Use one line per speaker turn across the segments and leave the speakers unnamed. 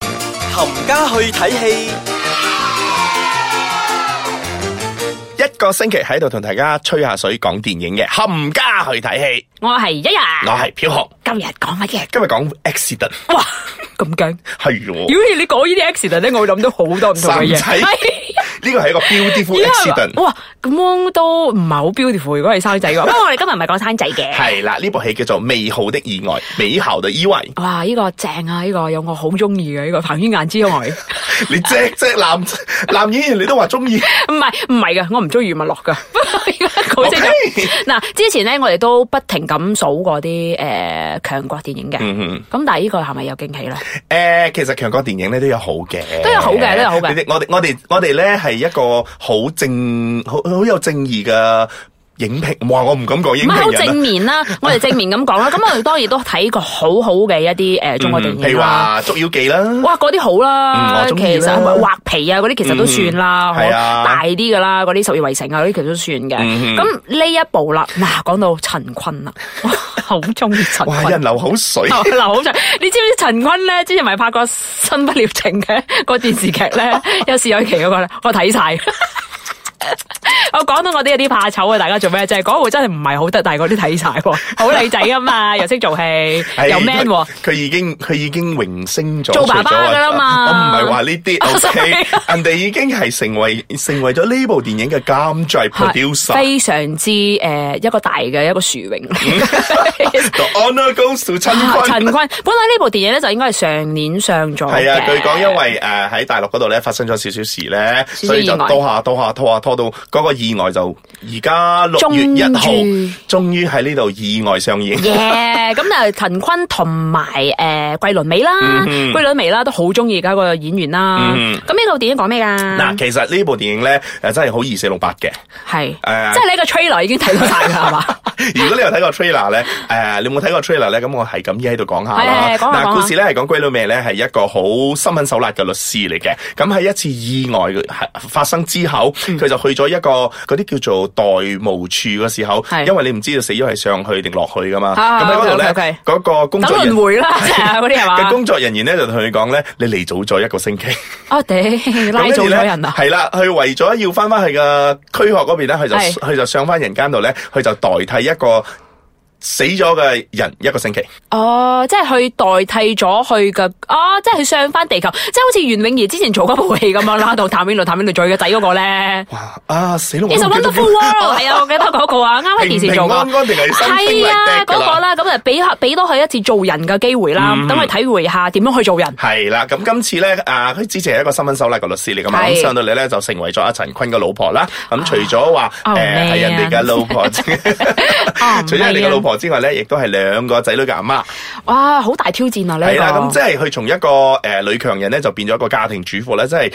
冚家去睇戲。
一個星期喺度同大家吹下水講電影嘅，冚家去睇戲。
我係一
我
日，
係飄紅，
今日講乜嘢？哦
今日講 accident
哇，咁驚！
係喎，
屌你講呢啲 accident 咧，我會諗到好多唔同嘅嘢。
神仔
係
呢個係一個 beautiful
因為
accident。
哇，咁都唔係好 beautiful。如果係生仔嘅 話，不過我哋今日唔係講生仔嘅。
係啦，呢部戲叫做《美好的意外》，美好的意 外。
哇！呢、個正啊，呢、個有我好中意嘅呢個彭于晏之 外，唔
你隻隻男男演員你都話中意，
係唔係嘅，我唔中意余文樂 噶。好正啊
OK
嗱，之前咧我哋都不停咁數過啲誒強國電影嘅，咁、
嗯
但係呢個係咪有驚喜咧？
誒、其實強國電影咧都有好嘅，
都有好嘅都有好嘅
你哋我哋我哋我哋咧係一個好正好好有正義嘅影評，哇！我唔敢講影
唔係好
評人
正
啦。
面啦，我哋正面咁講啦。咁我哋當然都睇過好好嘅一啲誒、呃中國電
譬
影
如
啦。
話《捉妖記》啦，
哇，嗰啲好
嗯
啦，
我
其
鍾意
實
啦
畫皮啊嗰啲其實都算啦，
嗯係啊
可大啲噶啦，嗰啲十月圍城啊嗰啲其實都算嘅。
嗯
咁呢一部啦，嗱講到陳坤啦， 哇好中意陳
哇！有人
坤。
流口水。
流流口水，你知唔知陳坤咧？之前咪拍過《新不了情》嘅個電視劇 咧，有時有期嗰個咧，我睇晒。 我講到我啲有啲怕醜啊！大家做咩啫？嗰部真係唔係好得，但係我啲睇晒喎，好女仔噶嘛，又識做戲，
係
又
佢
man 喎。
佢已經佢已經榮升咗
做爸爸
除咗
㗎啦嘛
我唔係話呢 啲，OK，
sorry
人哋已經係成為成為咗呢部電影嘅監製 producer。
非常之誒、呃一個大嘅一個殊 榮。
The honor goes to 陳
啊
坤
陳。坤，本來呢部電影咧就應該係上年上咗
係啊，
嘅
據講因為誒喺大陸嗰度咧發生咗少少事咧，
少
所以就
意外
拖下拖下拖下拖到嗰個意外就而家六月一號
終於，
終於喺呢度意外上映。
耶！咁啊，陳坤同埋誒桂綸鎂啦，
嗯哼
桂綸鎂啦都好中意嘅一個演員啦。
嗯
咁呢套電影講咩㗎？
嗱，其實呢部電影咧誒真係好二四六八嘅。
係
誒
即係你個 trailer 已經睇到晒㗎係嘛？
如果你有睇過 trailer 咧，誒，你有冇睇過 trailer 咧？咁我係咁依喺度講下啦。
係係講下講下
故事咧係講鬼佬妹咧係一個好心狠手辣嘅律師嚟嘅。咁喺一次意外發生之後，
嗯
佢就去咗一個嗰啲叫做代務處嘅時候，
係
因為你唔知道死咗係上去定落去噶嘛。
啊
咁喺嗰度
OK，OK，OK
咧，嗰個 工
等
作人
輪回啦，即係嗰啲係
嘅
嘛？
工作人員咧就同佢講咧，你嚟早咗一個星期。
哦，頂拉早咗人啊！
係啦，佢為咗要翻翻去嘅區學嗰邊咧，佢就
係
佢就上翻人間度咧，佢就代替一個死咗嘅人一個星期。
哦，即係佢代替咗佢嘅，哦，即係佢上翻地球，即係好似袁詠儀之前做嗰部戲咁樣啦，同譚詠麟、譚詠麟做佢嘅仔嗰個咧。
哇！啊死咯！我
It's a
都唔記得
wonderful
咗
world，係啊，我記得嗰個啊，啱喺電視做
平
過
平安。安定係心
係
聲
啊，
嚟
嗰個。啦，咁啊，俾俾多佢一次做人嘅機會啦，
嗯
等佢體會下點樣去做 人。
係啦，咁今次咧，啊，佢之前係一個新聞手啦，個律師嚟噶嘛，
係
咁上到嚟咧就成為咗阿陳坤嘅老婆啦。咁除咗話誒
Oh,
係人哋嘅老婆 之，
啊，唔
除咗人哋
係
嘅老
啊，
婆之外咧，亦都係兩個仔女嘅阿媽。
哇，好大挑戰啊呢
係啦，咁即
個。
係佢從一個誒女強人咧，就變咗一個家庭主婦咧，即係誒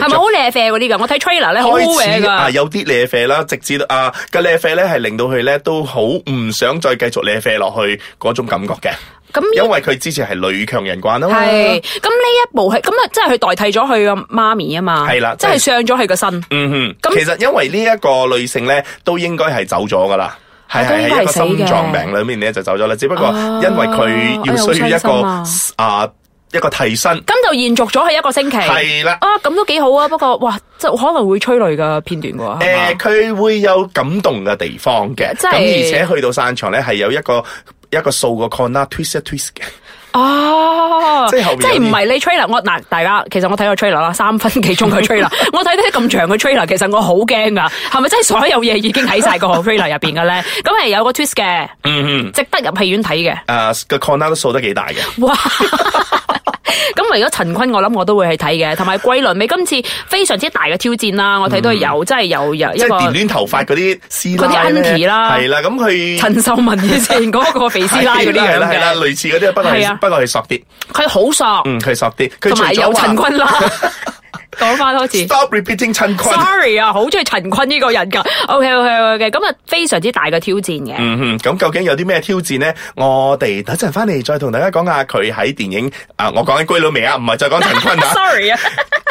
係咪好靚啡嗰啲㗎？我睇 trailer 咧好
開
嘢
始啊
㗎。
有啲瀨啡啦，直至到啊嘅瀨啡咧係令到佢咧都好唔想再繼續瀨啡落去嗰種感覺嘅，
咁
因為佢之前係女強人慣啊嘛。
係，咁呢一部係咁啊，即係佢代替咗佢嘅媽咪啊嘛，
係啦
即係
即係
上咗佢個身，
嗯哼，
咁
其實因為呢一個女性咧，都應該係走咗噶啦。係
哦都
係
應該
係一
係
個
死嘅
心臟病裏面咧就走咗啦，只不過
哦
因為佢要需要一
哎
個
呀好傷
啊一個替身，
咁就延續咗佢一個星期。
係啦。
啊，咁都幾好啊，不過哇，即係可能會催淚嘅片段喎。係嘛
誒，佢、會有感動嘅地方嘅，
即
咁
係
而且去到散場咧，係有一個一個數個 corner twist 一 twist 嘅，
哦，
即係後面
即係
有啲
唔係你 trailer，我嗱大家，其實我睇過 trailer 啦，三分幾鐘嘅 trailer，我睇啲咁長嘅 trailer，其實我好驚噶，係咪真係所有嘢已經喺晒個 trailer 入邊嘅咧？咁係有個 twist 嘅，
嗯嗯，
值得入戲院睇嘅。
誒個 corner 都數得幾大嘅，
哇！ 咁為咗陳坤，我諗我都會去睇嘅，同埋桂綸鎂今次非常之大嘅挑戰啦，我睇到有真係有有
嗯
一
即係
個
電攣頭髮嗰啲師奶
嗰啲 auntie
咧，
啦
係啦，咁佢
陳秀文以前嗰個肥師奶嗰啲
係啦係啦，
樣嘅，
類似嗰啲，不過
係啊
係不過係索啲，
佢好索，
嗯，佢索啲，佢
同
除
埋有
咗話
陳坤 啦。講翻多次。
stop repeating 陳坤。
Sorry 啊，好中意陳坤呢個人噶。OK OK OK，咁啊非常之大嘅挑戰嘅。
嗯哼，咁究竟有啲咩挑戰呢？我哋等陣翻嚟再同大家講下佢喺電影啊，我講緊龜佬未啊，唔係再講陳 坤啊，
Sorry 啊，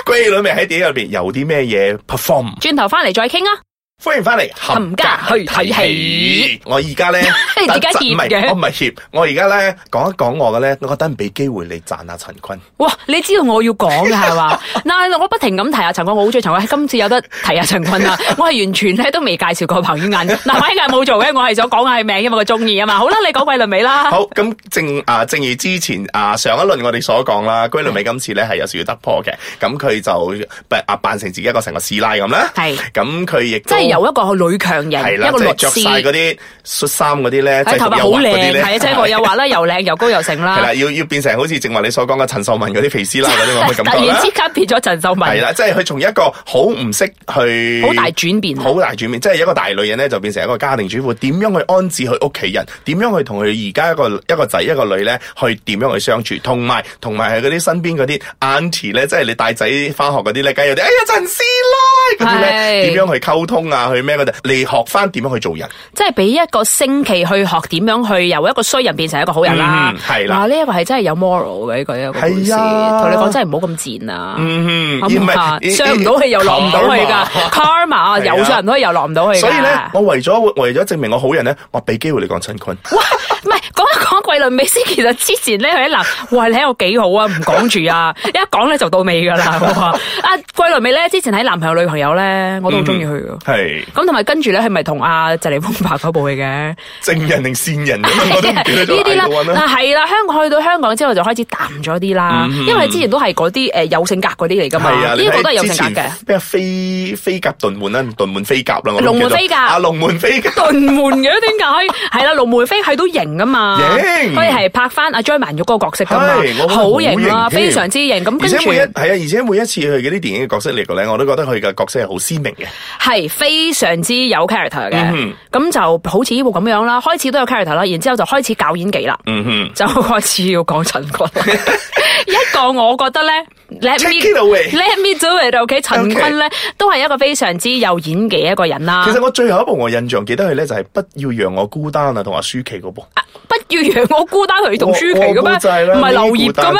龜佬未喺電影入邊有啲咩嘢 perform。
轉頭翻嚟再傾啊。
欢迎翻嚟，
冚家去睇戲。，
我而家咧
而家怯
唔
嘅
係我唔係怯，我而家咧講一講我嘅咧，我覺得唔俾機會你讚下陳 坤。
哇！你知道我要講嘅係嘛？ 嗱，我不停咁提下陳坤，我好中意陳坤，今次有得提下陳 坤啦。我係完全咧都未介紹過彭于晏，嗱，彭于晏冇做嘅，我係想講下佢名，因為我中意啊嘛。好啦，你講桂綸鎂啦。
好，咁正啊，正如之前啊上一輪我哋所講啦，龜苓美今次咧係有少少突破嘅，咁佢就扮啊扮成自己一個成個師奶咁啦，
係
咁佢亦
即
都
係由一個女強
係
人，
啦，
一個
即
律
係着晒嗰
師，
啲恤衫嗰啲咧，
喺
制
頭
服
髮
誘
好
惑嗰啲
靚，
咧，
係啊，即係我又話啦，又靚又高又盛
係
啦
啦，。要要變成好似正話你所講嘅陳秀文嗰啲肥師奶嗰啲，我可以 咁
突
講
然
啦
之。間變咗陳秀
系
文，
啦，即係佢從一個好唔識去
好大啊轉變。
好大轉變，即係一個大女人咧就變成一個家庭主婦，點樣去安置佢屋企人，點樣去同佢而家一個一個仔一個女咧去點樣去相處，同埋同埋係嗰啲身邊嗰啲 auntie 咧，即係你帶仔翻學嗰啲咧，梗係有啲哎呀陳師奶嗰啲
係
咧，點樣去溝通啊，去咩嗰啲，你學翻點樣去做人。
即係俾一個星期去學點樣去由一個衰人變成一個好人啦
嗯。係啦
嗱呢一個係真係有 moral 嘅呢個一個故事。
係啊
同你講真係唔好咁賤啊！
嗯
好唔好啊上唔到去又 落唔到 去㗎。
係啊
Karma 有上唔到去又落唔到去㗎。
所以咧，我為咗為咗證明我好人咧，我俾機會你講陳坤。
唔係講一講桂綸鎂先，其實之前咧佢喺嗱，哇你喺度幾好啊，唔講住啊，一講咧就到尾㗎啦。我話啊桂綸鎂咧，之前喺男朋友女朋友咧，我都好
嗯
中意佢㗎。
係
咁同埋跟住咧，係咪同阿謝霆鋒拍嗰部戲嘅？
證人定線 人， 啊我都唔
啊呢
記得咗啊
啲啦
嗌到，揾啦。
嗱係啦，香港去到香港之後就開始淡咗啲啦，因為之前都係嗰啲诶有性格嗰啲嚟噶嘛，
嗯係啊，
呢
你
個都係
睇
有
之
性格嘅
前。咩啊飛飛鴿遁門啦，遁門飛鴿啦，我都
龍門
叫做
飛鴿
啊，龍門飛鴿。
遁門嘅點 解？係啦，龍梅飛係都型啊嘛，
型
佢係拍翻阿張曼玉嗰個角色噶嘛
係我覺，得
好型啊，
好型添
非常之型。咁
而
跟
且
住
每一係啊，而且每一次佢嗰啲電影嘅角色嚟講咧，我都覺得佢嘅角色係好鮮明嘅。
係非常之有 character 嘅
嗯，
咁就好似呢部咁樣啦，開始都有 character 啦，然之後就開始搞演技啦。
嗯哼
就開始要講陳 坤。一個我覺得咧，Let
Take it
me
away
Let me do it，OK？、陳
Okay
坤咧都係一個非常之有演技嘅一個人啊啦
其。實我最後一部我印象記得佢咧就係不要讓我孤單啊，同阿舒淇嗰部。
啊不要讓我孤單，佢同舒淇嘅咩？
我我估就係啦
唔係劉燁嘅
孤
咩
單？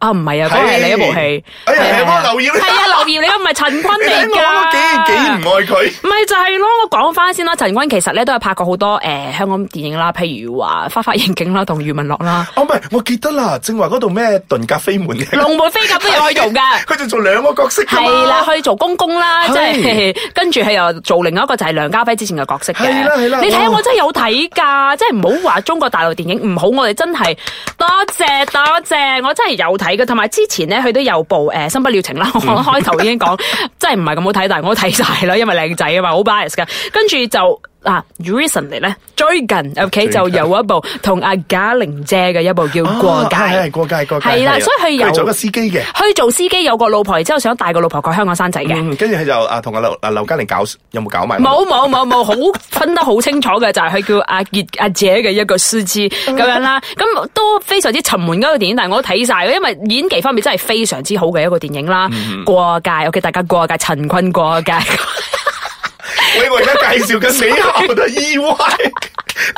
啊，唔係啊，嗰個係
係
你一部戲。
哎呀係啊
啊
劉燁
係啊，劉燁，你唔係陳坤
你
嚟
睇哎我
㗎。
幾幾唔愛佢。
咪就係咯，我講翻先啦。陳坤其實咧都係拍過好多誒、呃香港電影啦，譬如話《花花刑警》啦，同余文 樂啦，
哦，唔係，我記得啦，正話嗰度咩遁甲飛門嘅，
《龍門飛鴿》都有去做 㗎。
佢就做兩個角色㗎嘛
係啦，去做公公啦，即
係
係 跟住佢又做另一個就係梁家輝之前嘅角色嘅。
係啦係啦
你睇下
哇
我真係有睇㗎，即係唔好話中國大陸電影唔好，我哋真係多謝多謝，我真係有睇嘅。同埋之前咧，佢都有部誒《新不了情》啦，我
嗯
開頭已經講，真係唔係咁好睇，但係我都睇晒啦，因為靚仔啊嘛，好 bias 嘅。跟住就。啊，recently 咧，最近 OK
最近
就有一部同阿嘉玲姐嘅一部叫《過界》
啊係係過界過界
係啦
係啊
所以佢有
做一個司機嘅。
去做司機有個老婆，然之後想帶個老婆過香港生仔嘅。
嗯，跟住佢就啊同阿劉啊劉嘉玲搞有冇搞埋？
冇冇冇冇，好分得好清楚嘅就係佢叫阿杰阿姐嘅一個書枝
嗯
咁樣啦，咁都非常之沉悶嗰個電影，但係我都睇晒嘅，因為演技方面真係非常之好嘅一個電影啦。
嗯
過界，OK，大家過界，陳坤過界，
喂，我而家介紹緊美校嘅意外，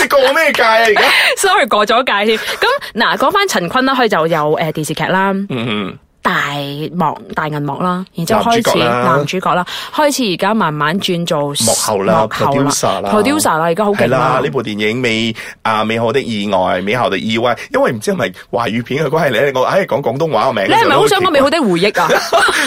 你過咩界啊？而家
sorry 過咗界添。咁嗱，講翻陳坤啦，佢就有誒電視劇啦。
嗯，
大幕大銀幕啦，然之
男主
後開始
角啦
男主角啦，開始而家慢慢轉做
幕後啦
幕後
producer 啦
producer 啦，而家好
係
勁
啦
啦，
呢。部電影美啊美好的意外，美校的意外，因為唔知係咪華語片嘅關係咧，我唉講廣東話嘅名，
你係咪好想講美好的回憶啊？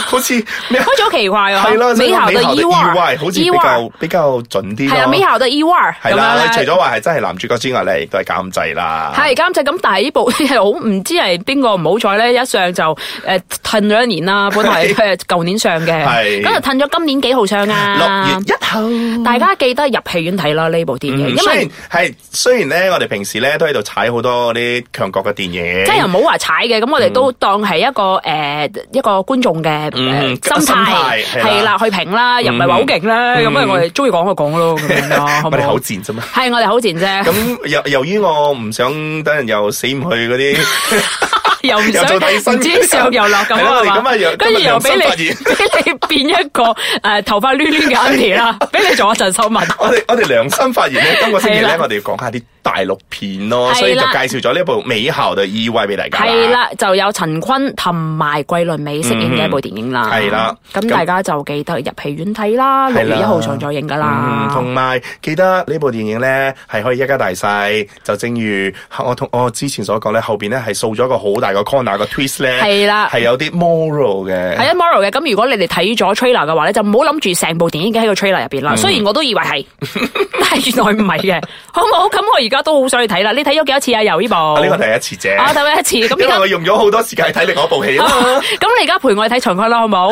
好似咩啊？
開咗好奇怪啊！
係啦，
美
即係
校
美校
嘅
的
E
意
Y，
外好似比較比較準啲
係啦，
咯。
美校嘅 E Y
係
咁
啦，你
樣
除
咧。
咗話係真係男主角之外咧，亦都係監製啦。
係監製咁，但係呢部係 好唔知係邊個唔好彩咧，一上就誒褪咗一 年啦，本來係舊年上嘅，
係
咁就褪咗今年幾號上
六
啊
月？一號。
大家記得入戲院睇啦呢部電影，
嗯
因
雖
為
然係雖然咧，我哋平時咧都喺度踩好多嗰啲強國嘅電影，
即係又唔好話踩嘅，咁我
嗯
哋都當係一個誒一個觀眾嘅誒
嗯
心
心態係
態
啦嗯
係啦，去評啦，又唔係話好勁啦，咁啊我哋中意講就講咯，咁 樣咯，好唔
我哋
好
口？賤 啫嘛。
係我哋口賤啫。
咁由由於我唔想等人又死唔去嗰啲
又唔想
又做替身
唔知上又 落咁
係啦
啊
我哋
係
咁啊又
嘛，跟住
今日
又俾你
良心
俾你變一個呃诶头发挛挛嘅 Auntie 啦，俾你做一陣秀文。
我哋我哋良心發言咧， 今個星期
係
咧
啦，
我哋要講下啲大陸片咯，
係啦
所以就介紹咗呢部《美校》嘅意外俾大家。
係，啦，就有陳坤同埋桂綸鎂飾演嘅一部電影啦。
嗯係啦
咁
咁
大家就記得入戲院睇啦，六
係啦
月一號上咗映噶
嗯，同
啦。
埋記得呢部電影咧係可以一家大細，就正如我同我之前所講咧，後邊咧係掃咗一個好大個 corner 個 twist 咧，
係啦
係有啲 moral 嘅，
係啊，moral 嘅。咁如果你哋睇咗 trailer 嘅話咧，就唔好諗住成部電影已經喺個 trailer 入邊
嗯
啦。雖然我都以為係， 但係原來唔係嘅，好唔好？咁我而家都好想去睇啦。你睇咗幾多次啊？由呢部？
我呢個第一次啫。
哦我睇哦咗一次。咁
因為
而家
我用咗好多時間去睇另外一部 戲啊嘛。
咁你而家陪我去睇秦軍 啦，好唔好？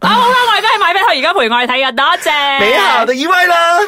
啊好啦，我而家去買飛，佢而家陪我去睇嘅，多謝。
美好的意外啦。